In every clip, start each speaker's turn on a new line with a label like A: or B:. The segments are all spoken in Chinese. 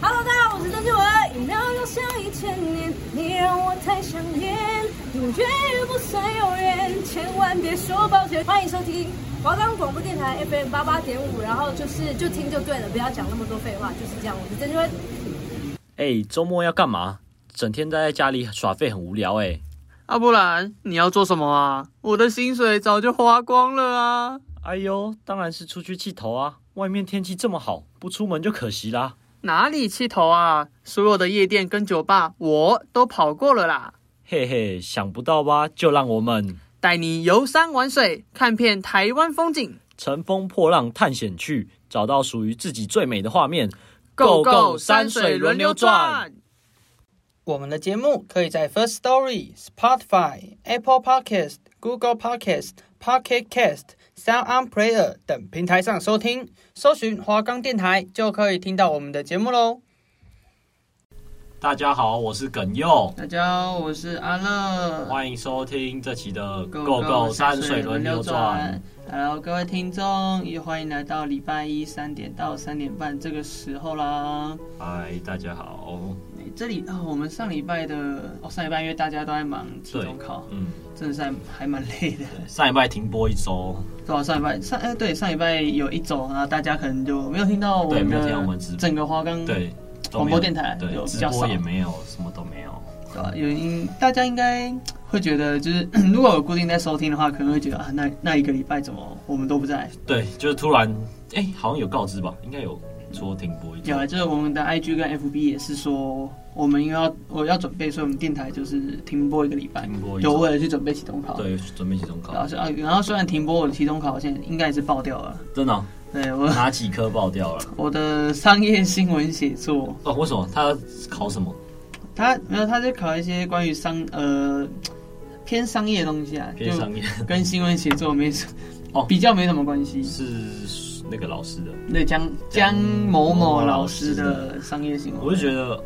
A: Hello，大家好，我是郑志文。饮料又像一千年，你让我太想念，永远也不算永远，千万别说抱歉。欢迎收听华冈广播电台 FM 八八点五，然后就是就听就对了，不要讲那么多废话，就是这样。我是郑志文。
B: 哎、周末要干嘛？整天待在家里耍废很无聊哎、
C: 啊，不然你要做什么啊？我的薪水早就花光了啊！
B: 哎呦，当然是出去气头啊！外面天气这么好，不出门就可惜啦。
C: 哪里气头啊？所有的夜店跟酒吧我都跑过了啦，
B: 嘿嘿，想不到吧？就让我们
C: 带你游山玩水，看遍台湾风景。
B: 乘风破浪探险去，找到属于自己最美的画面。
C: Go
B: Go
C: Go
B: Go
C: 山
B: 山
C: 水
B: 水
C: 轮
B: 轮
C: 流
B: 流
C: 转
B: 转。
C: 我们的节目可以在 First Story、Spotify、Apple Podcast、Google Podcast、Pocket Cast、Sound On Player 等平台上收听，搜寻华冈电台就可以听到我们的节目喽。
B: 大家好，我是耿佑，
C: 大家好，我是阿乐。
B: 欢迎收听这期的
C: Go
B: Go
C: Go
B: Go
C: 山
B: 山
C: 水
B: 水轮
C: 轮流
B: 流
C: 转
B: 转。
C: Hello，各位听众，也欢迎来到礼拜一三点到三点半这个时候啦。
B: 嗨，大家好。
C: 哎这里啊、我们上礼拜的哦，上礼拜因为大家都在忙期中考，
B: 嗯，
C: 真的是还还蛮累的。
B: 上一拜停播一周，
C: 对啊，上礼拜上哎、对上礼拜有一周啊，大家可能就没有听到我
B: 对
C: 们
B: 没有听到我们直
C: 的
B: 播
C: 整个花岗，
B: 对，都
C: 广
B: 没
C: 播
B: 有
C: 电台有
B: 对，
C: 比
B: 直
C: 较少
B: 播也没有，什么都没有。
C: 对吧、有因大家应该会觉得，就是嗯如果有固定在收听的话，可能会觉得啊，那那一个礼拜怎么我们都不在？
B: 对，就是突然，哎、好像有告知吧，应该有说停播一周
C: 有啊，就是我们的 IG 跟 FB 也是说，我们因为要我要准备，所以我们电台就是停播一个礼拜
B: 停播，一周
C: 就为了去准备期中考。，
B: 对，准备期中考
C: 然后，是啊，然后虽然停播，我的期中考现在应该也是爆掉了。
B: 真 的哦、
C: 对我
B: 哪几科爆掉了？
C: 我的商业新闻写作，
B: 哦，为什么他考什么？
C: 他没有，他就考一些关于商呃偏商业的东西啊，
B: 偏商业
C: 就跟新闻写作没什
B: 哦
C: 比较没什么关系。
B: 是那个老师的，
C: 那江
B: 江
C: 江某某
B: 某
C: 老
B: 老
C: 师
B: 师
C: 的商业新闻，
B: 我就觉得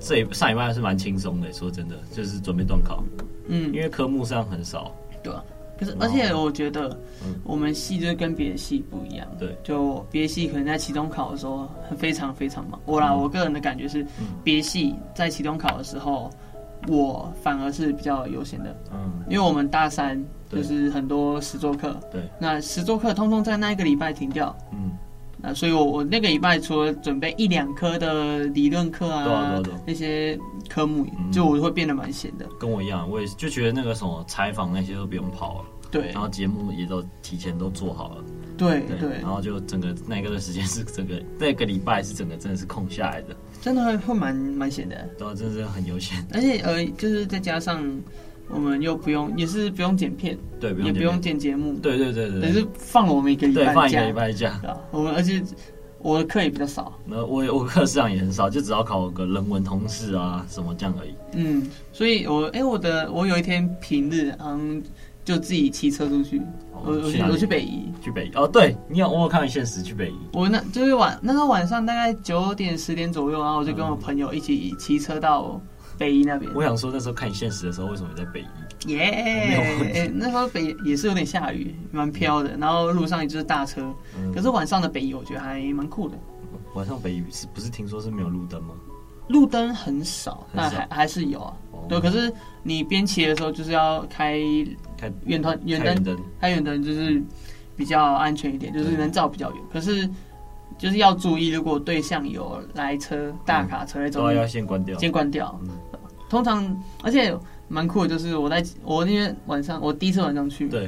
B: 这一上一半是蛮轻松的，说真的，就是准备段考，
C: 嗯
B: 因，为科目上很少，
C: 对啊，可是
B: 然后
C: 而且我觉得
B: 嗯
C: 我们系就是跟别的系不一样，
B: 对，
C: 就别的系可能在期中考的时候非常非常忙。我啦，
B: 嗯
C: 我个人的感觉是
B: 嗯，
C: 别的系在期中考的时候，我反而是比较悠闲的，
B: 嗯，
C: 因为我们大三
B: 对
C: 就是很多实作课，
B: 对，
C: 那实作课通通在那一个礼拜停掉。
B: 嗯，
C: 那所以我，我那个礼拜除了准备一两科的理论课啊，
B: 对啊对啊对啊
C: 那些科目，
B: 嗯
C: 就我会变得蛮闲的。
B: 跟我一样，我也是就觉得那个什么采访那些都不用跑了，
C: 对
B: 然后节目也都提前都做好了，
C: 对
B: 啊对，啊
C: 对
B: 然，后就整个那一个段时间是整个那个礼拜是整个真的是空下来的，
C: 真的会会蛮蛮闲的。
B: 然后真的是很悠闲，
C: 而且呃，就是再加上我们又不用，也是不用剪片，
B: 对，
C: 也不
B: 剪片
C: 用剪节目，，
B: 对对对
C: 等
B: 对
C: 于
B: 对，
C: 是放了我们一个礼
B: 对
C: 拜
B: 放一
C: 假，
B: 个礼拜假。
C: 对啊我们而且我的课也比较少，
B: 那我我课上也很少，就只要考个人文通识啊什么这样而已。
C: 嗯，所以我哎、我的我有一天平日好像就自己骑车出去，
B: 哦
C: 我我
B: 去
C: 去
B: 哪里
C: 我去北宜，
B: 去北宜哦，对你有我有看你现实去北宜，
C: 我那就是晚那时候晚上大概九点十点左右，然后我就跟我朋友一起骑车到北宜那边。
B: 嗯我想说那时候看你现实的时候，为什么你在北宜？
C: 耶、
B: 没有问题
C: 哎那时候北也是有点下雨，蛮飘的，然后路上也就是大车。
B: 嗯
C: 可是晚上的北宜我觉得还蛮酷的，
B: 晚上北宜是不是听说是没有路灯吗？
C: 路灯很少，
B: 很
C: 但
B: 少
C: 还还是有啊。
B: 哦
C: 对，可是你边骑的时候就是要开
B: 开
C: 远团远
B: 开
C: 灯
B: 远灯，
C: 开远灯就是比较安全一点，就是
B: 对
C: 能照比较远。可是就是要注意，如果对象有来车、大卡车那
B: 都
C: 种，
B: 啊要要先关掉。
C: 先关掉。
B: 嗯
C: 通常，而且蛮酷的，就是我在我那天晚上，我第一次晚上去，
B: 对，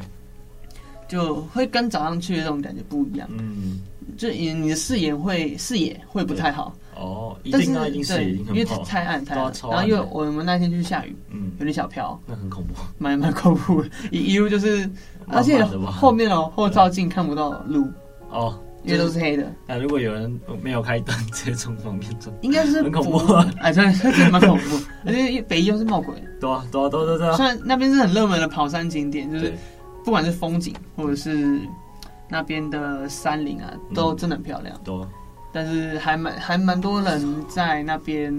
C: 就会跟早上去的那种感觉不一样，
B: 嗯，
C: 就你你的视野会视野会不太好，
B: 哦，一
C: 但是
B: 定啊，一定
C: 对
B: 是已经
C: 因为
B: 很好，
C: 太暗太
B: 对
C: 暗
B: 啊，超
C: 然后
B: 暗
C: 因为
B: 的
C: 我们那天去下雨，
B: 嗯，
C: 有点小飘，
B: 那很恐怖，
C: 蛮蛮恐怖的，一一路就是，而且
B: 慢慢的吧
C: 后面哦后照镜看不到路，
B: 哦。
C: 因为
B: 就
C: 都
B: 是
C: 是黑的，
B: 那如果有人没有开灯，直接从旁边走，
C: 应该是
B: 很恐怖
C: 不哎，真的 真的蛮恐怖，而且北一又是闹 鬼，
B: 对啊，对啊，对啊对啊对啊
C: 虽，然那边是很热门的跑山景点，就是
B: 对，
C: 不管是风景或者是那边的山林啊，
B: 嗯
C: 都真的很漂亮。
B: 对啊，
C: 但是还蛮还蛮多人在那边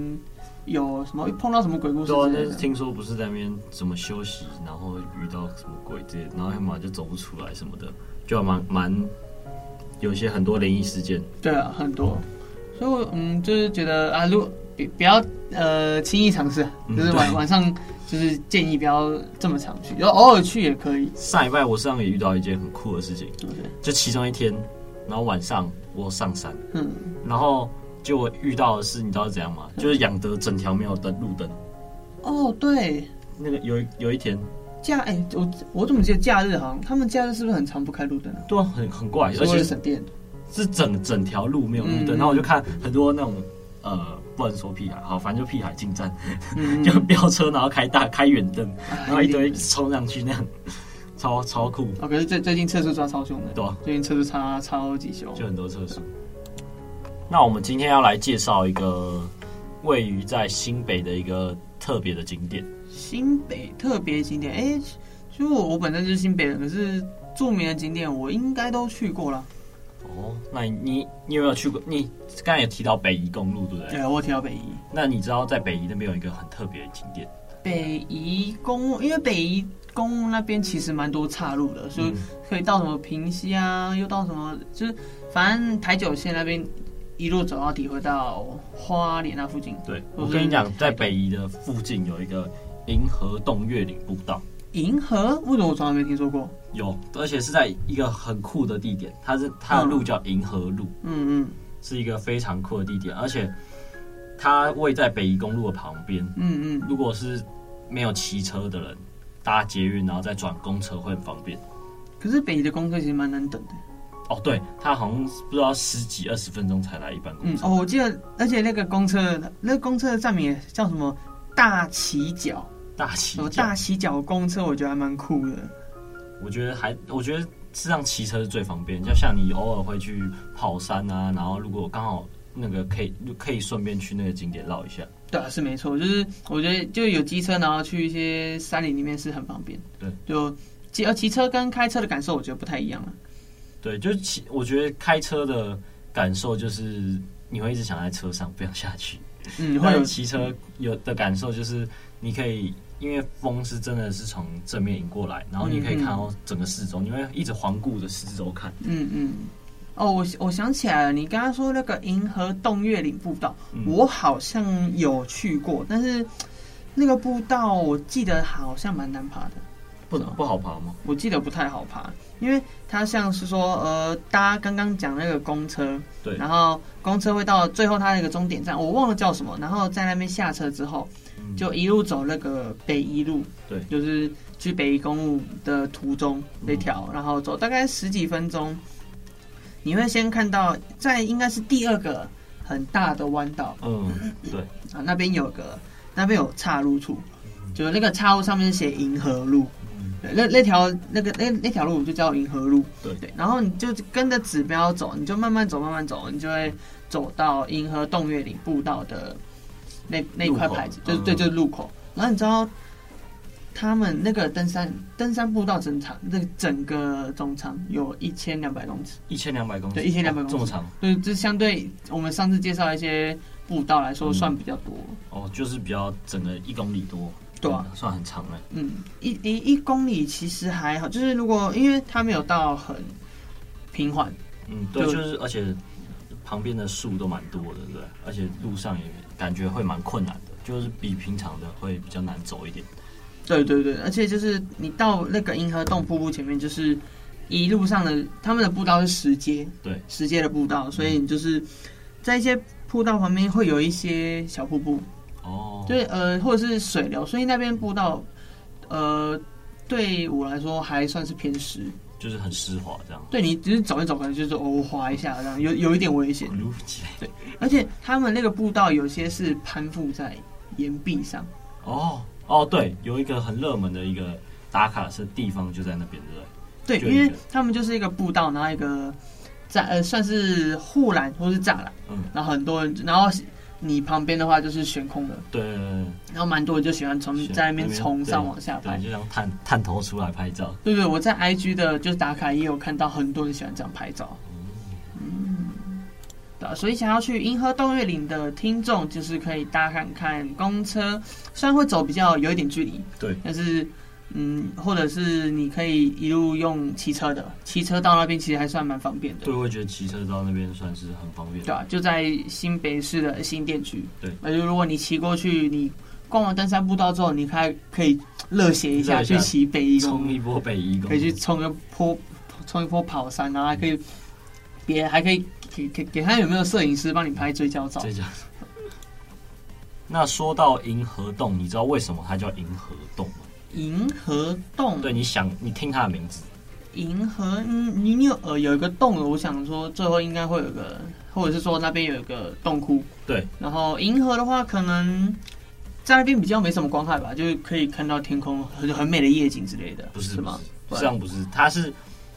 C: 有什么碰到什么鬼故事
B: 对啊，
C: 之
B: 但
C: 类
B: 是
C: 的。
B: 听说不是在那边怎么休息，然后遇到什么鬼之类的，然后要么就走不出来什么的，就还蛮蛮有一些很多灵异事件。
C: 对啊，很多。所以我嗯，就是觉得啊，如果比不要呃轻易尝试，
B: 嗯
C: 就是晚
B: 对
C: 晚上就是建议不要这么常去，然后偶尔去也可以。
B: 上礼拜我上也遇到一件很酷的事情，
C: 对不对？
B: 就其中一天，然后晚上我上山，
C: 嗯，
B: 然后就我遇到的是，你知道是怎样吗？就是养德整条没有灯路灯，
C: 哦，对，
B: 那个有一有一天，
C: 假哎、我我怎么记得假日好像他们假日是不是很常不开路灯啊？
B: 对啊，很很怪，
C: 是
B: 而
C: 为
B: 且
C: 了 省电。
B: 是整整条路没有路灯，
C: 嗯
B: 然后我就看很多那种呃，不能说屁孩，好，反正就屁孩进站，
C: 嗯，
B: 就飙车，然后开大开远灯，
C: 然
B: 然 后一堆冲上去那样， 超超酷，
C: 哦，可是最最近测速抓超凶的，
B: 对啊
C: 最近测速差超级凶。
B: 就很多测试。那我们今天要来介绍一个位于在新北的一个特别的景点，
C: 新北特别景点，哎、其实我我本身就是新北人，可是著名的景点我应该都去过了。
B: 哦，那你你有没有去过？你刚才有提到北宜公路，对不对？
C: 对，我有提到北宜，
B: 那你知道在北宜那边有一个很特别的景点，
C: 北宜公路，因为北宜公路那边其实蛮多岔路的，所以
B: 嗯
C: 可以到什么平溪啊，又到什么，就是反正台九线那边一路走到底会到花莲那附近。
B: 对
C: 我
B: 我
C: 是
B: 跟你讲，在北宜的附近有一个银河洞月岭步道，
C: 银河，为什么我从来没听说过？
B: 有，而且是在一个很酷的地点，它是它的路叫银河路，
C: 嗯
B: 是一个非常酷的地点，而且它位在北宜公路的旁边。
C: 嗯嗯嗯，
B: 如果是没有骑车的人，搭捷运然后再转公车会很方便。
C: 可是北宜的公车其实蛮难等的。
B: 哦，对，它好像不知道十几二十分钟才来一班公
C: 嗯
B: 车。
C: 哦，我记得，而且那个公车，那个公车的站名也叫什么？大旗角，
B: 大骑
C: 什么
B: 脚
C: 哦大，旗角公车，我觉得还蛮酷的。
B: 我觉得还，我觉得是让骑车是最方便。就像你偶尔会去跑山啊，然后如果刚好那个可以可以顺便去那个景点绕一下。
C: 对啊，是没错，就是我觉得就有机车，然后去一些山林里面是很方便。
B: 对，
C: 就骑呃骑车跟开车的感受，我觉得不太一样啊了。
B: 对，就是骑，我觉得开车的感受就是你会一直想在车上，不想下去。
C: 嗯，会
B: 但
C: 有
B: 是骑车有的感受就是，你可以因为风是真的是从正面迎过来，然后你可以看到整个四周，你会一直环顾着四周看。
C: 嗯嗯。哦，我我想起来了，你刚刚说那个银河洞月岭步道，
B: 嗯
C: 我好像有去过，但是那个步道我记得好像蛮难爬的。
B: 不不好爬吗？
C: 我记得不太好爬，因为它像是说，呃，搭刚刚讲那个公车，
B: 对
C: 然后公车会到最后它那个终点站，我忘了叫什么，然后在那边下车之后，
B: 嗯
C: 就一路走那个北一路，
B: 对
C: 就是去北宜公路的途中那条，
B: 嗯
C: 然后走大概十几分钟，你会先看到在应该是第二个很大的弯道，
B: 嗯，对，
C: 啊，那边有个那边有岔路处，就是那个岔路上面写银河路，
B: 嗯
C: 对，那那条那个那那条路就叫银河路，
B: 对
C: 对，然后你就跟着指标走，你就慢慢走，慢慢走，你就会走到银河洞月岭步道的那那一块
B: 路口
C: 牌子，就是
B: 嗯
C: 对，就是路口。然后你知道他们那个登山登山步道整长，那个整个总长有一千两百公尺，
B: 一千两百公尺，
C: 对1200
B: 哦
C: 公尺
B: 这么长
C: 对，这相对我们上次介绍一些步道来说
B: 嗯
C: 算比较多。
B: 哦，就是比较整个一公里多，
C: 对啊，
B: 算很长了。
C: 嗯，一一一公里其实还好，就是如果因为它没有到很平缓，
B: 嗯，对，
C: 对
B: 就是而且旁边的树都蛮多的，对不对，而且路上也感觉会蛮困难的，就是比平常的会比较难走一点。
C: 对对对，而且就是你到那个银河洞瀑布前面，就是一路上的他们的步道是石阶，
B: 对，
C: 石阶的步道，所以你就是在一些步道旁边会有一些小瀑布，
B: 哦，
C: 对，呃，或者是水流，所以那边步道，呃，对我来说还算是偏湿，
B: 就是很湿滑这样。
C: 对你只是走一走，可能就是偶尔滑一下这样，有有一点危险。
B: 撸起来
C: 而且他们那个步道有些是攀附在岩壁上，
B: 哦哦，对，有一个很热门的一个打卡是地方就在那边，对不对？
C: 对，
B: 就
C: 因
B: 一
C: 为
B: 个
C: 他们就是一个步道，然后一个栅呃算是护栏或是栅栏，
B: 嗯，
C: 然后很多人，然后你旁边的话就是悬空的，
B: 对对对
C: 然后蛮多人就喜欢从
B: 悬
C: 在那边
B: 那边
C: 从
B: 对
C: 上往下
B: 对，对
C: 拍。
B: 就像探探头出来拍照。
C: 对对，我在 IG 的就是打卡也有看到很多人喜欢这样拍照。
B: 嗯
C: 嗯对啊，所以想要去银河洞月岭的听众，就是可以搭看看公车，虽然会走比较有一点距离，
B: 对
C: 但是嗯，或者是你可以一路用骑车的，骑车到那边其实还算蛮方便的。
B: 对，我也觉得骑车到那边算是很方便。
C: 对啊，就在新北市的新店区。
B: 对
C: 那就如果你骑过去，你逛完登山步道之后，你还可以热血一下，
B: 热血一下
C: 去骑北一公
B: 冲
C: 路，
B: 一波北移公
C: 可以去冲一波，冲一波跑山啊，还可以别还可以给给给看有没有摄影师帮你拍追焦照
B: 这。家。那说到银河洞，你知道为什么它叫银河洞吗？
C: 银河洞，
B: 对，，你想，你听它的名字，
C: 银河，嗯，你你有呃有一个洞，我想说最后应该会有个，或者是说那边有一个洞窟。
B: 对，
C: 然后银河的话，可能在那边比较没什么光害吧，就是可以看到天空很很美的夜景之类的，
B: 不是
C: 是
B: 不
C: 吗
B: 是？，
C: 不
B: 实
C: 然
B: 际上不是，它是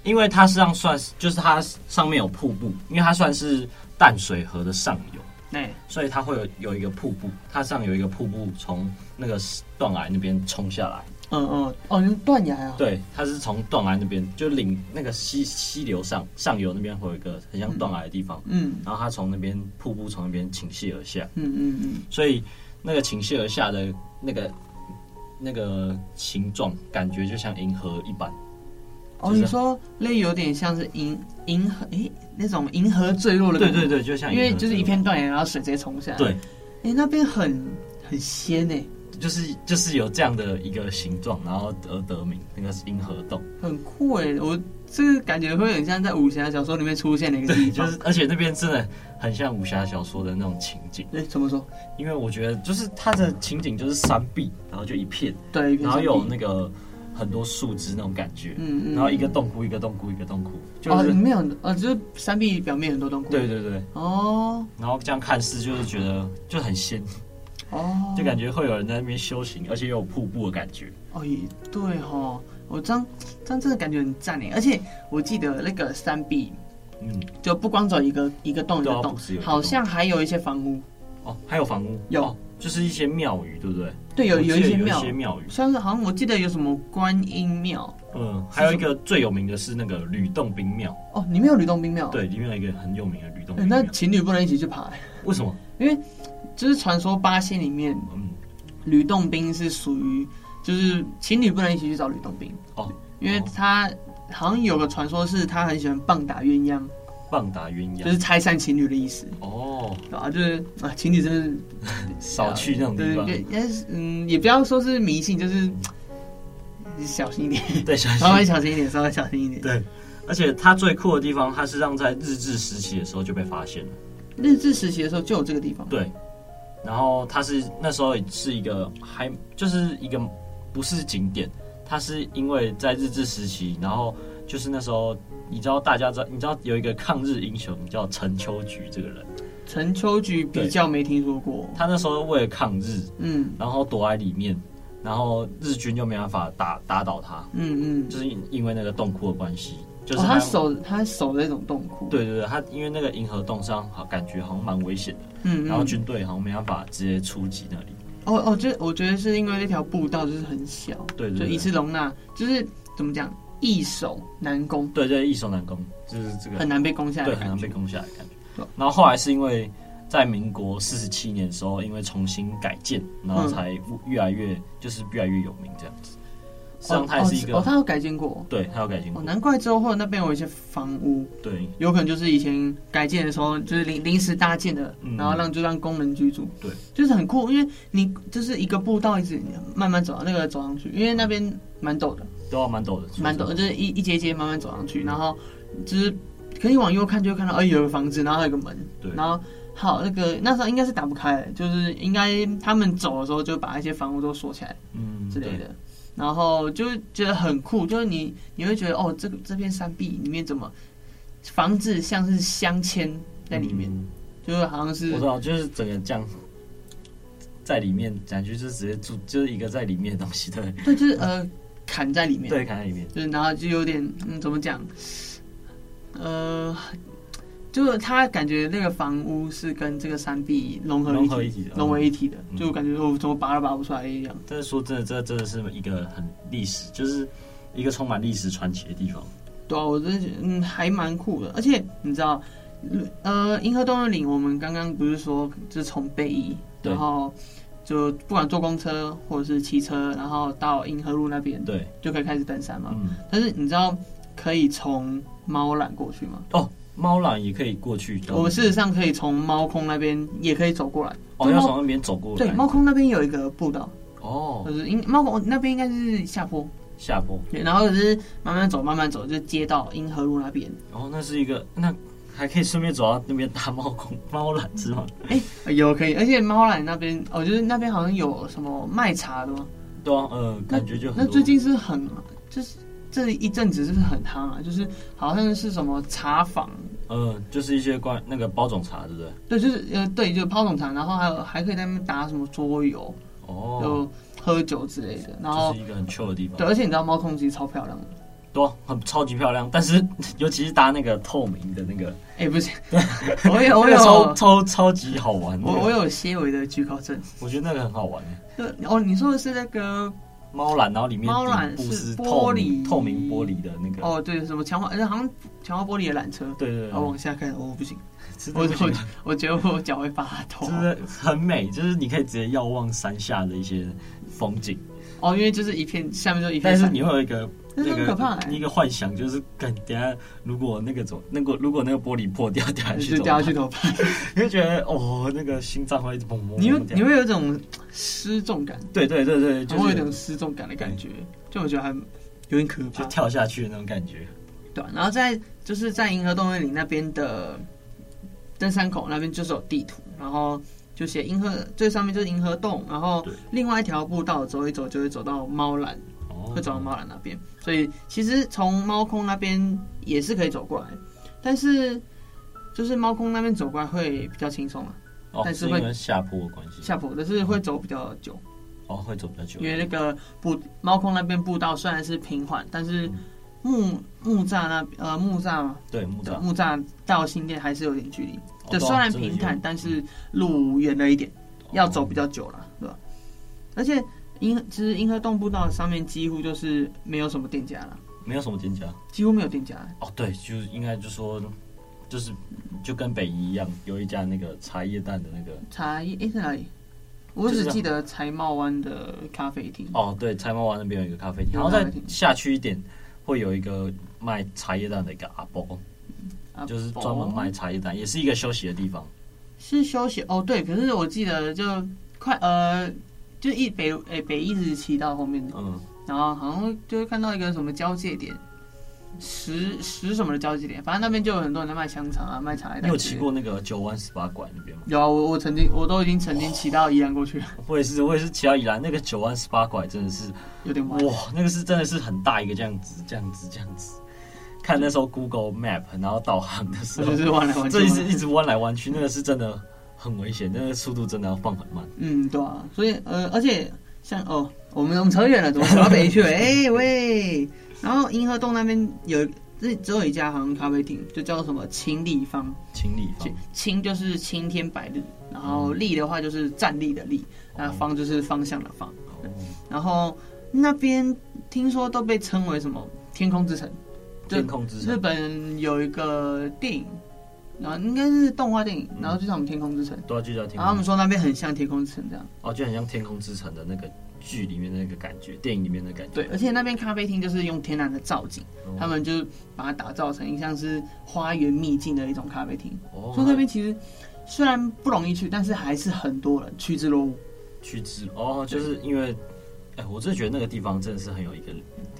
B: 因为它实际上算是，就是它上面有瀑布，因为它算是淡水河的上游，
C: 哎，
B: 所以它会有有一个瀑布，它上有一个瀑布从那个断崖那边冲下来。
C: 嗯嗯，哦，你是断崖啊？，
B: 对，它是从断崖那边，就领那个溪溪流上上游那边会有一个很像断崖的地方，
C: 嗯
B: 然后它从那边瀑布从那边倾泻而下，
C: 嗯嗯嗯，
B: 所以那个倾泻而下的那个那个形状，感觉就像银河一般。
C: 哦，
B: 就是
C: 你说类有点像是银银河，诶，那种银河坠落的，
B: 对对，对，就像
C: 因
B: 银
C: 为
B: 河
C: 就是一片断崖，然后水直接冲下来，
B: 对，
C: 诶，那边很很仙诶，
B: 就是就是有这样的一个形状，然后而得名，那个是银河洞。
C: 很酷诶，我这个感觉会很像在武侠小说里面出现的一个
B: 对，
C: 地
B: 就
C: 方，
B: 是而且那边真的很像武侠小说的那种情景，
C: 诶，怎么说？
B: 因为我觉得就是它的情景就是山壁，然后就一片。
C: 对，一片
B: 然后
C: 山
B: 有
C: 地
B: 那个很多树枝那种感觉，
C: 嗯嗯，
B: 然后一个洞窟一个洞窟一个洞窟，就
C: 哦，
B: 是、
C: 里面有哦，就是山壁表面很多洞窟，
B: 对对对，
C: 哦
B: 然后这样看似就是觉得就很仙，
C: 哦，
B: 就感觉会有人在那边修行，而且又有瀑布的感觉。
C: 哦，也对哈，我这样这样真的感觉很赞诶，而且我记得那个山壁
B: 嗯，
C: 就不光走一个一个洞一
B: 对
C: 个
B: 啊
C: 洞
B: 不止有一，个洞
C: 好像还有一些房屋，
B: 哦，还有房屋，
C: 有
B: 哦就是一些庙宇，对不对？
C: 对，有
B: 我记得
C: 一
B: 有
C: 些庙
B: 一，些庙宇，
C: 像是好像我记得有什么观音庙
B: 嗯，还有一个最有名的是那个吕洞宾庙，
C: 哦，里面有吕洞宾庙，
B: 对，里面有一个很有名的吕洞
C: 诶，
B: 宾庙
C: 那。情侣不能一起去爬，诶
B: 为什么？
C: 就是传说八仙里面
B: 嗯，
C: 吕洞宾是属于就是情侣不能一起去找吕洞宾
B: 哦，
C: 因为他好像有个传说是他很喜欢棒打鸳鸯。
B: 棒打鸳
C: 就
B: 鸯。
C: 是拆散情侣的意思。
B: 哦，
C: 对啊，就是啊，情侣真
B: 少去那种
C: 的是，
B: 地
C: 对，
B: 方，
C: 也也是嗯，也不要说是迷信，就是小心一 点，
B: 对，小
C: 稍
B: 心
C: 微小心一点，稍微小心一点。
B: 对，而且它最酷的地方，它是让在日治时期的时候就被发现了。
C: 日治时期的时候就有这个地方，
B: 对，然后它是那时候是一个还就是一个不是景点，它是因为在日治时期，然后就是那时候你知道大家知道你知道有一个抗日英雄叫陈秋菊这个人，
C: 陈秋菊比较没听说过。
B: 他那时候为了抗日，
C: 嗯
B: 然后躲在里面，然后日军就没办法打打倒他，
C: 嗯嗯，
B: 就是因为那个洞窟的关系，就是
C: 哦，他
B: 他
C: 守他守的那种洞窟，，
B: 对对对，他因为那个银河洞上好感觉好像蛮危险的。
C: 嗯，嗯
B: 然后军队好像没办法直接出击那里。
C: 哦哦，就我觉得是因为那条步道就是很小，
B: 对对
C: 就
B: 对
C: 一次容纳，就是怎么讲，易守难攻，
B: 对对，易守难攻，就是这个
C: 很难被攻下来
B: 对
C: 的
B: 很
C: 感
B: 难
C: 觉，
B: 被攻下来的感觉
C: 对。
B: 然后后来是因为在民国四十七年的时候，因为重新改建，然后
C: 嗯
B: 才越来越就是越来越有名这样子。实际
C: 哦
B: 上它也是一个、
C: 哦，哦他有改建过，
B: 对，它有改建
C: 哦，
B: 过，
C: 难怪之后那边有一些房屋，
B: 对
C: 有可能就是以前改建的时候，就是临临时搭建的，
B: 嗯
C: 然后让就让工人居住。
B: 对，
C: 就是很酷，因为你就是一个步道一直慢慢走到那个走上去，因为那边蛮陡的，
B: 都要蛮陡的，
C: 蛮陡的，就是一一节一节慢慢走上去，然后就是可以往右看就会看到，哎，有个房子，然后还有个门，
B: 对
C: 然后。好，那个那时候应该是打不开的，就是应该他们走的时候就把一些房屋都锁起来，
B: 嗯
C: 之类
B: 对
C: 的，然后就觉得很酷，就是你你会觉得哦，这个这片山壁里面怎么房子像是镶嵌在里面，
B: 嗯
C: 就是好像是
B: 我知道，就是整个这样。在里面，感觉就是直接住，就是一个在里面的东西，对
C: 对，就是呃砍在里 面，
B: 对，看在里面，
C: 就是然后就有点嗯怎么讲，呃，就是他感觉那个房屋是跟这个山壁融合
B: 融合
C: 一
B: 一
C: 体
B: 体
C: 的
B: 的，
C: 融为一体的，
B: 嗯
C: 就感觉我怎么拔都拔不出来一样。
B: 但是说真的，这真的是一个很历史，就是一个充满历史传奇的地方。
C: 对啊，我真的觉得嗯还蛮酷的，而且你知道，呃，银河动物岭我们刚刚不是说就是从北移，
B: 对
C: 然后就不管坐公车或者是骑车，然后到银河路那边，，
B: 对，
C: 就可以开始登山嘛。
B: 嗯，
C: 但是你知道可以从猫缆过去吗？
B: 哦，猫缆也可以过去。
C: 我们事实上可以从猫空那边也可以走过来。
B: 哦，要从那边走过来。
C: 对，猫空那边有一个步道，
B: 哦
C: 就，是因猫空那边应该是下坡，
B: 下坡。
C: 对，然后就是慢慢走，慢慢走就接到银河路那边。
B: 哦，那是一个，那还可以顺便走到那边搭猫空猫缆是吗？
C: 哎、有可以，而且猫缆那边，哦，就是那边好像有什么卖茶的吗？
B: 对啊，嗯，感觉就
C: 那
B: 很多
C: 最近是很，就是这一阵子是不是很夯啊？就是好像是什么茶坊，
B: 嗯，就是一些关那个包种茶，对不对？
C: 对，就是呃，对，就是泡种茶，然后还有还可以在那边打什么桌游，
B: 哦，
C: 就喝酒之类的。然
B: 就
C: 后
B: 是一个很 chill 的地方
C: 对，。而且你知道猫空其实超漂亮的，
B: 对啊，很超级漂亮，但是 尤其是搭那个透明的那个，
C: 哎、不是，我有我
B: 那个超
C: 有
B: 超超级好玩。
C: 我
B: 那个
C: 我，有些微的惧高症。
B: 我觉得那个很好玩。
C: 就哦，你说的是那个
B: 猫缆，然后里面
C: 猫缆
B: 底部
C: 是
B: 是
C: 玻
B: 透
C: 璃
B: 明透明玻璃的那个。
C: 哦，对，什么强化，呃好像强化玻璃的缆车。
B: 对对对，
C: 然后往下看，哦，不行，
B: 真
C: 我
B: 的不行
C: 我我觉得我脚会发抖
B: 就。是很美，就是你可以直接遥望山下的一些风景，
C: 哦，因为就是一片下面就一片
B: 但
C: 山，
B: 是你会有一个
C: 那是
B: 那
C: 很可怕
B: 个
C: 欸
B: 一个幻想，就是干等一下如果那个走那个如果那个玻璃破掉掉下去
C: 就
B: 怎么
C: 掉
B: 办，
C: 下去 头发，
B: 你会觉得哦那个心脏会一直砰砰砰
C: 你会
B: 这样
C: 你会有一种失重感，
B: 对对对对，
C: 就
B: 就
C: 会有一
B: 是
C: 种失重感的感觉，就我觉得还有点可
B: 就
C: 怕，
B: 跳下去的那种感觉。
C: 对啊、然后在就是在银河动物园里那边的登山口那边就是有地图，然后就写银河最上面就是银河洞，然后
B: 对
C: 另外一条步道走一走就会走到猫缆，
B: 哦
C: 会走到猫缆那边，所以其实从猫空那边也是可以走过来，但是就是猫空那边走过来会比较轻松啊，
B: 哦，
C: 但是
B: 是因
C: 会
B: 为下坡的关系，
C: 下坡，但是会走比较久，
B: 哦会走比较久
C: 因，为那个步猫空那边步道虽然是平缓，但是木木栅那呃木栅
B: 对木
C: 对
B: 栅，
C: 木栅到新店还是有点距离，
B: 哦
C: 就
B: 对啊
C: 虽然
B: 真的
C: 平
B: 有哦
C: 坦，但是路远了一点，要走比
B: 较
C: 较久了，对吧？而且银其实银河洞步道上面几乎就是没有什么店家了，
B: 哦没有什么店家。
C: 几乎没有店家了。
B: 哦，对，就是应该就说，就是就跟北宜一样，有一家那个茶叶蛋的那个，
C: 茶叶诶在哪里？我
B: 就是
C: 只记得财贸湾的咖啡厅。
B: 哦，对，菜猫湾那边有一个咖啡厅，
C: 有
B: 然后再
C: 咖啡厅
B: 下去一点会有一个卖茶叶蛋的一个阿伯，
C: 啊
B: 就是专门卖茶叶蛋，也是一个休息的地方。
C: 是休息哦，对，可是我记得就快呃，就一北诶、北一直骑到后面，
B: 嗯，
C: 然后好像就会看到一个什么交界点，十十什么的交界点，反正那边就有很多人在卖香肠啊，卖茶叶蛋。
B: 你有骑？过那个九弯十八拐那边吗？
C: 有啊，我我曾经我都已经曾经骑到宜兰过去，
B: 我也是，我也是骑到宜兰那个九弯十八拐，真的是
C: 有点
B: 哇
C: 晚。，
B: 那个是真的是很大一个这样子，这样子，这样子。看那时候 Google Map，然后导航的时
C: 我
B: 候，
C: 就是弯来弯去
B: 这一直
C: 嘛。
B: 一直弯来弯去，那个是真的很危险，那个速度真的要放很慢。
C: 嗯，对啊，所以呃，而且像哦，我们我们扯远了，怎么扯到北去 了？哎、喂，然后银河洞那边有这只有一家好像咖啡厅，就叫什么青立方，
B: 清理方
C: 青青就是青天白日，然后
B: 嗯
C: 立的话就是站立的立，那方就是方向的方。
B: 哦
C: 然后那边听说都被称为什么天空之城，就
B: 天空之
C: 日
B: 城，
C: 本有一个电影，然后应该是动画电影，
B: 嗯
C: 然后就叫我们天空之城，
B: 对啊，就叫天
C: 然后他
B: 空
C: 们
B: 之，
C: 说那边很像天空之城这样。
B: 哦，就很像天空之城的那个剧里面的那个感觉，电影里面的感觉。
C: 对，而且那边咖啡厅就是用天然的造景，
B: 哦
C: 他们就把它打造成像是花园秘境的一种咖啡厅。
B: 哦，
C: 所以那边其实虽然不容易去，但是还是很多人趋之若鹜。
B: 去之哦，就是因为，哎，我真的觉得那个地方真的是很有一个，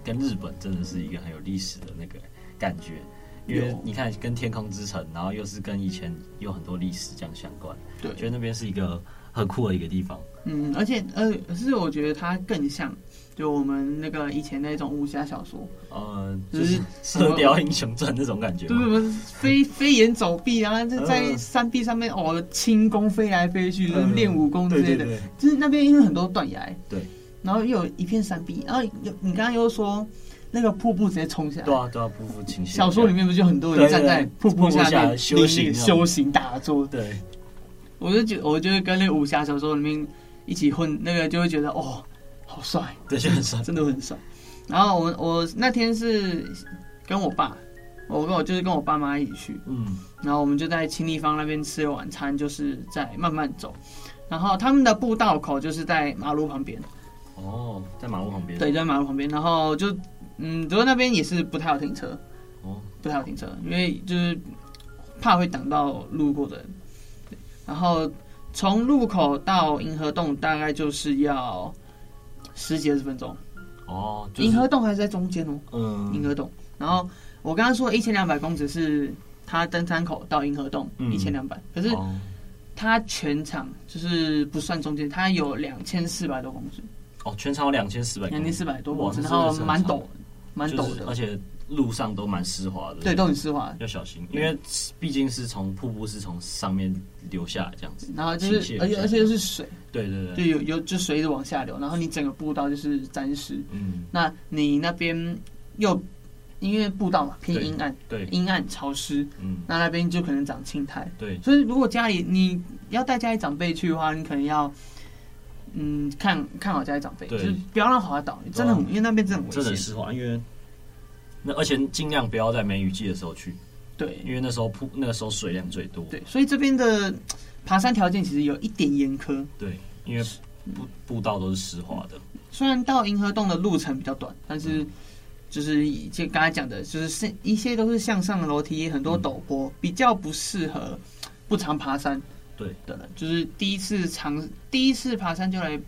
B: 跟日本真的是一个很有历史的那个感觉。因为
C: 有
B: 你看，跟天空之城，然后又是跟以前有很多历史这样相关，
C: 对
B: 觉得那边是一个很酷的一个地方。
C: 嗯，而且呃，是我觉得它更像就我们那个以前那种武侠小说，
B: 呃，
C: 就
B: 就是是《射雕英雄传》那种感觉
C: 就是
B: 吗。
C: 什么飞飞檐走壁啊，在在
B: 嗯
C: 山壁上面哦，轻功飞来飞去，就是
B: 嗯
C: 练武功之
B: 对
C: 类
B: 对
C: 的。
B: 对，
C: 就是那边因为很多断崖，
B: 对，
C: 然后又有一片山壁，然后有你刚刚又说那个瀑布直接冲下来，
B: 对啊对啊，匍匐情绪。
C: 小说里面不就很多人
B: 对对
C: 站
B: 对
C: 在瀑布
B: 瀑布
C: 下
B: 下
C: 面
B: 修行啊
C: 那个
B: 这样
C: 修行打坐？
B: 对，
C: 我就觉我就会跟那个武侠小说里面一起混，那个就会觉得哦，好帅，
B: 对，就很帅。
C: 真的很帅。然后我我那天是跟我爸，我跟我就是跟我爸妈一起去，
B: 嗯
C: 然后我们就在青立方那边吃晚餐，就是在慢慢走。然后他们的步道口就是在马路旁边，
B: 哦，在马路旁边，
C: 对，就在马路旁边。然后就，嗯，不过那边也是不太好停车，
B: 哦，
C: 不太好停车，因为就是怕会挡到路过的人。对然后从路口到银河洞大概就是要十几二十分钟，
B: 哦，就是
C: 银河洞还是在中间哦，银
B: 嗯
C: 河洞。然后我刚刚说一千两百公尺是它登山口到银河洞
B: 嗯
C: 一千两百，可是
B: 哦
C: 它全长就是不算中间，它有两千四百多公尺，
B: 哦，全长有两千四百，
C: 两千四百多公
B: 哇，这
C: 尺，然
B: 真的
C: 后
B: 是很
C: 蛮
B: 长
C: 陡，蛮陡
B: 就是
C: 的，
B: 而且路上都蛮湿滑的，
C: 对，都很湿滑。
B: 要小心，因为毕竟是从瀑布是从上面流下来这样子，
C: 然后就是，
B: 倾泻
C: 而且
B: 下
C: 而且又是水，
B: 对对
C: 就
B: 对，
C: 有有就随着往下流，然后你整个步道就是沾湿。
B: 嗯
C: 那你那边又因为步道嘛偏
B: 对
C: 阴暗，
B: 对，
C: 阴暗潮湿，
B: 嗯
C: 那那边就可能长青苔。
B: 对，
C: 所以如果家里你要带家里长辈去的话，你可能要。嗯，看看好家里长辈，就
B: 对啊
C: 是不要让滑倒，真的很，因为那边真的很
B: 真
C: 危
B: 的
C: 险。
B: 湿滑，因为那而且尽量不要在梅雨季的时候去，
C: 对，
B: 因为那时候瀑那个时候水量最多，
C: 对，所以这边的爬山条件其实有一点严苛。
B: 对，因为步步道都是湿滑的，
C: 虽然到银河洞的路程比较短，但
B: 嗯
C: 是就是以就刚才讲的，就是是一些都是向上的楼梯，很多陡
B: 嗯
C: 坡，比较不适合不常爬山
B: 对
C: 的人。就是第一次尝第一次爬山就来。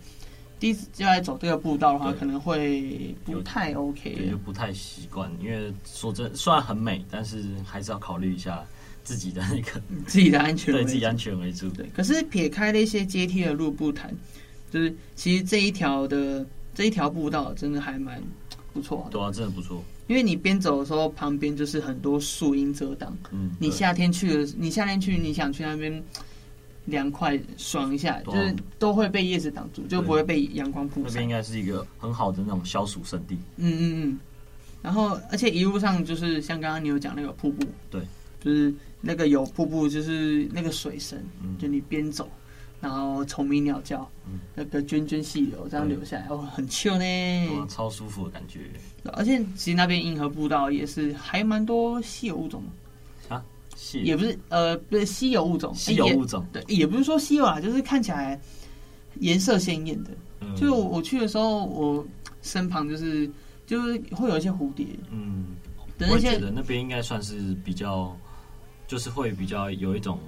C: 第一次就来走这个步道的话，
B: 对
C: 可能会不
B: 有
C: 太
B: 对，
C: OK
B: 就。不太习惯，因为说真，虽然很美，但是还是要考虑一下自己的那个
C: 自己的安全为
B: 对
C: 主，
B: 自己安全为主，
C: 对，可是撇开那些阶梯的路不谈，就是其实这一条的这一条步道真的还蛮不错的，
B: 对啊，真的不错，
C: 因为你边走的时候，旁边就是很多树荫遮挡。
B: 嗯，
C: 你
B: 对
C: 夏天去的，你夏天去，你想去那边凉快爽一下，就
B: 对啊
C: 是都会被叶子挡住，就不会被阳光曝
B: 那
C: 晒
B: 边。应该是一个很好的那种消暑圣地，
C: 嗯嗯嗯。然后，而且一路上就是像刚刚你有讲那个瀑布，
B: 对，
C: 就是那个有瀑布，就是那个水声，
B: 嗯，
C: 就你边走，然后虫鸣鸟叫，
B: 嗯
C: 那个涓涓细流这样流下来，哦，很 chill
B: 对啊
C: 呢。
B: 超舒服的感觉
C: 而且其实那边银河步道也是还蛮多稀有物种，
B: 啊，是
C: 也不是呃不是稀有物种，
B: 稀有
C: 哎也
B: 物种，
C: 对，也不是说稀有啊，就是看起来颜色鲜艳的。
B: 嗯
C: 就是我我去的时候，我身旁就是就是会有一些蝴蝶
B: 嗯，
C: 的
B: 我
C: 那
B: 也觉
C: 些
B: 得那边应该算是比较，就是会比较有一种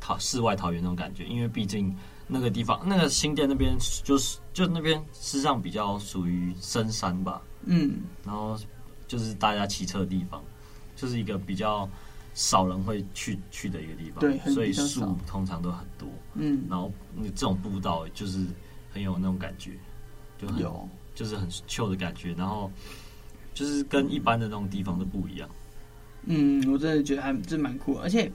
B: 桃世外桃源那种感觉，因为毕竟那个地方，那个新店那边就是就那边实际上比较属于深山吧，
C: 嗯。
B: 然后就是大家骑车的地方，就是一个比较少人会去去的一个地方，
C: 对很
B: 所以
C: 比较少
B: 树通常都很多，
C: 嗯，
B: 然后你这种步道就是很有那种感觉，就很
C: 有，
B: 就是很 chill 的感觉，然后就是跟一般的那种地方都不一样。
C: 嗯，我真的觉得还真蛮酷的，而且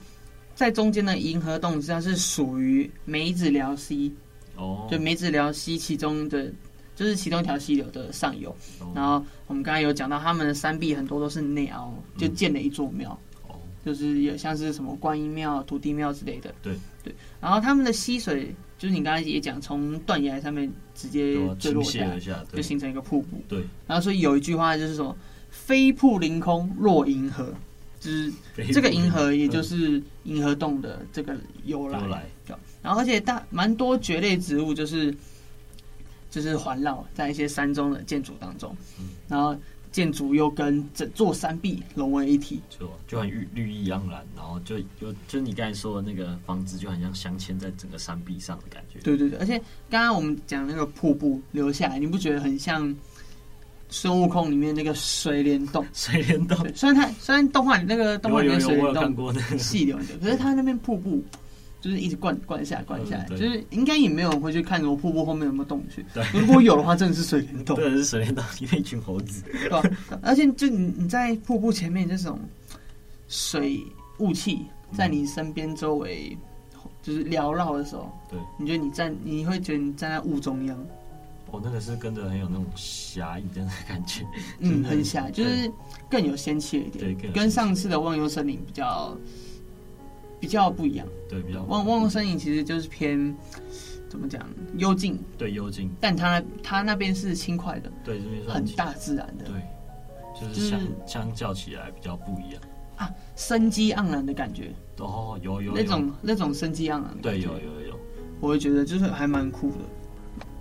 C: 在中间的银河洞，它是属于梅子寮溪，
B: 哦，
C: 就梅子寮溪其中的，就是其中一条溪流的上游。
B: 哦
C: 然后我们刚才有讲到，他们的山壁很多都是内凹，
B: 嗯
C: 就建了一座庙，
B: 哦，
C: 就是有像是什么观音庙、土地庙之类的。
B: 对
C: 对，然后他们的溪水，就是你刚才也讲，从断崖上面直接
B: 对啊，
C: 坠
B: 倾
C: 落下
B: 泻了
C: 来
B: 一，下，对
C: 就形成一个瀑布。
B: 对，
C: 然后所以有一句话就是什么“飞瀑凌空落银河”，就是这个银河也就是银河洞的这个由来
B: 由。来，
C: 然后而且大蛮多蕨类植物就是就是环绕在一些山中的建筑当中，
B: 嗯
C: 然后建筑又跟整座山壁融为一体。
B: 就就很绿绿意盎然，然后就有就你刚才说的那个房子就很像镶嵌在整个山壁上的感觉，
C: 对对对，而且刚刚我们讲那个瀑布流下来，你不觉得很像孙悟空里面那个水帘洞？
B: 水帘洞，
C: 对，虽然它虽然动画里那个动画
B: 有啊
C: 里面
B: 有
C: 水
B: 有，我有
C: 帘洞
B: 看过那个，
C: 细流的，可是它那边瀑布就是一直灌灌下来灌下来，
B: 嗯对
C: 就是应该也没有人会去看我瀑布后面有没有洞穴。
B: 对
C: 如果有的话，真的是水帘洞，
B: 对，是水帘洞里面一群猴子，
C: 对吧？而且就你你在瀑布前面这种水雾气
B: 嗯
C: 在你身边周围就是缭绕的时候，
B: 对，
C: 你觉得你站，你会觉得你站在雾中央，
B: 我哦那个是跟着很有那种侠义的感觉，
C: 嗯，
B: 真的
C: 很狭，就是更有仙气了一
B: 对
C: 点
B: 更，有
C: 跟
B: 仙气
C: 上次的忘忧森林比较比较不一样。
B: 对，比较
C: 忘忘忧森林其实就是偏怎么讲幽静，
B: 对幽静，
C: 但它它那边是轻快的，
B: 对这边算
C: 很，大自然的。
B: 对，就
C: 就是
B: 是相相较起来比较不一样，
C: 啊生机盎然的感觉，
B: 哦，有有有
C: 那种那种生机盎然的感
B: 对
C: 觉
B: 有有有
C: 我会觉得就是还蛮酷的。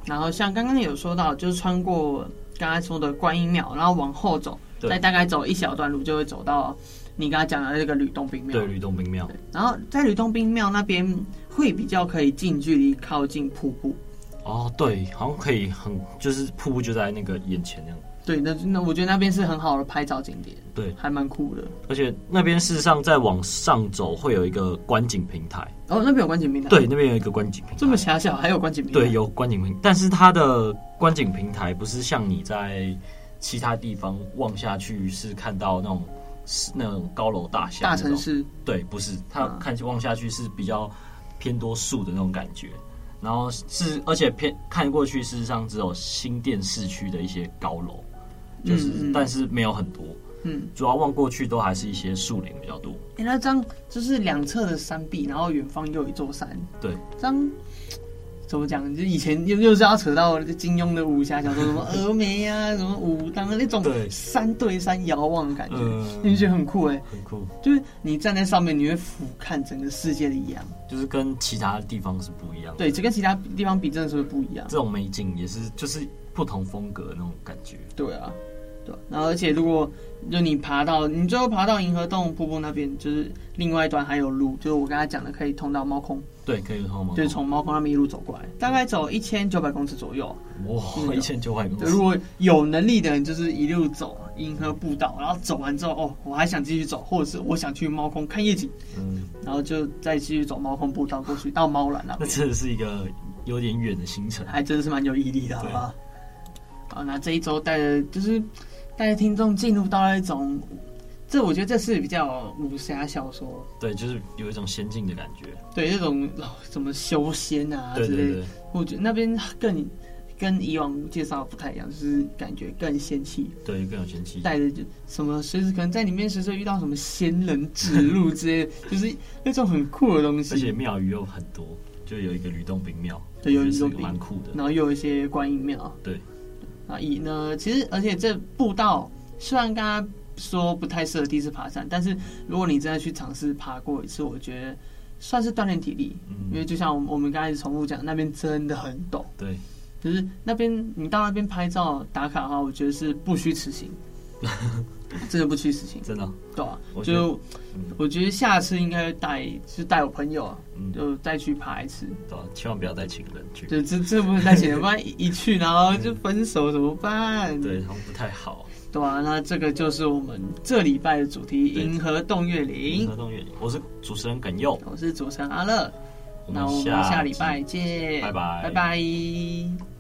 C: 然后像刚刚有说到，就是穿过刚才说的观音庙，然后往后走，
B: 对
C: 再大概走一小段路就会走到你刚才讲的那个吕洞宾庙。
B: 对吕洞宾庙，
C: 对然后在吕洞宾庙那边会比较可以近距离靠近瀑布。
B: 哦对，好像可以很就是瀑布就在那个眼前那样，
C: 对，那那我觉得那边是很好的拍照景点，
B: 对，
C: 还蛮酷的。
B: 而且那边事实上再往上走会有一个观景平台，
C: 哦，那边有观景平台。
B: 对，，那边有一个观景平台，
C: 这么啊狭小还有观景平台。
B: 对，有观景平，但是它的观景平台不是像你在其他地方望下去是看到那种是那种高楼大厦
C: 大
B: 那种
C: 城，市
B: 对，不是，它
C: 嗯
B: 看望下去是比较偏多树的那种感觉，然后是而且偏看过去事实上只有新店市区的一些高楼，就是、
C: 嗯嗯
B: 但是没有很多，
C: 嗯，
B: 主要望过去都还是一些树林比较多，
C: 哎、那张就是两侧的山壁，然后远方又有一座山。
B: 对，
C: 这样怎么讲？就以前又又是要扯到金庸的武侠小说，什么峨眉啊，什么武当啊那种
B: 对
C: 山对山遥望的感觉，
B: 嗯
C: 你觉得很酷哎、
B: 很酷，
C: 就是你站在上面，你会俯瞰整个世界的一样。
B: 就是跟其他地方是不一样的。
C: 对，这跟其他地方比，真的是会不一样。
B: 这种美景也是就是不同风格的那种感觉。
C: 对啊，对啊然后而且如果就你爬到，你最后爬到银河洞瀑布那边，就是另外一端还有路，就是我刚才讲的可以通到猫空。
B: 对，可以喝吗？
C: 就是从猫空那边一路走过来，大概走一千九百公尺左右。
B: 哇，一千九百公
C: 对，嗯如果有能力的人，就是一路走银河步道，然后走完之后，哦，我还想继续走，或者是我想去猫空看夜景，
B: 嗯，
C: 然后就再继续走猫空步道过去到猫兰那
B: 那
C: 边，
B: 真的是一个有点远的行程。
C: 还真是蛮有毅力的，好吧？好，那这一周带着就是带着听众进入到那一种，这我觉得这是比较武侠小说，
B: 对，就是有一种仙境的感觉。
C: 对那种、哦、什么修仙啊之
B: 对
C: 类的。
B: 对对，
C: 我觉得那边更跟以往介绍不太一样，就是感觉更仙气，
B: 对更有仙气。
C: 带着就什么随时可能在里面随时遇到什么仙人指路之类的， 就是那种很酷的东
B: 而且
C: 西。
B: 庙宇又很多，就有一个吕洞宾庙，
C: 对有
B: 我觉得
C: 吕洞宾
B: 是蛮酷的。
C: 然后又有一些观音庙，
B: 对，
C: 啊，以呢，其实而且这步道虽然刚刚说不太适合第一次爬山，但是如果你真的去尝试爬过一次，我觉得算是锻炼体力，因为
B: 嗯，
C: 就像我们我们刚才重复讲，那边真的很陡。
B: 对，
C: 就是那边你到那边拍照打卡的话，我觉得是不 虚此行，真的不虚此行，
B: 真的，
C: 对啊，
B: 我觉得
C: 就
B: 嗯
C: 我觉得下次应该带，就带我朋友啊，
B: 嗯，
C: 就再去爬一次。
B: 对啊，千万不要带情人 去，
C: 对，这这不能带钱，不然一一去然后就分手怎么办？
B: 对，他们不太好。
C: 对啊，那这个就是我们这礼拜的主题《
B: 对
C: 银河洞月
B: 银
C: 林》
B: 河。洞月影，我是主持人耿佑，
C: 我是主持人阿乐，
B: 我
C: 那
B: 们
C: 我们下礼
B: 集
C: 拜见，
B: 拜拜
C: 拜拜。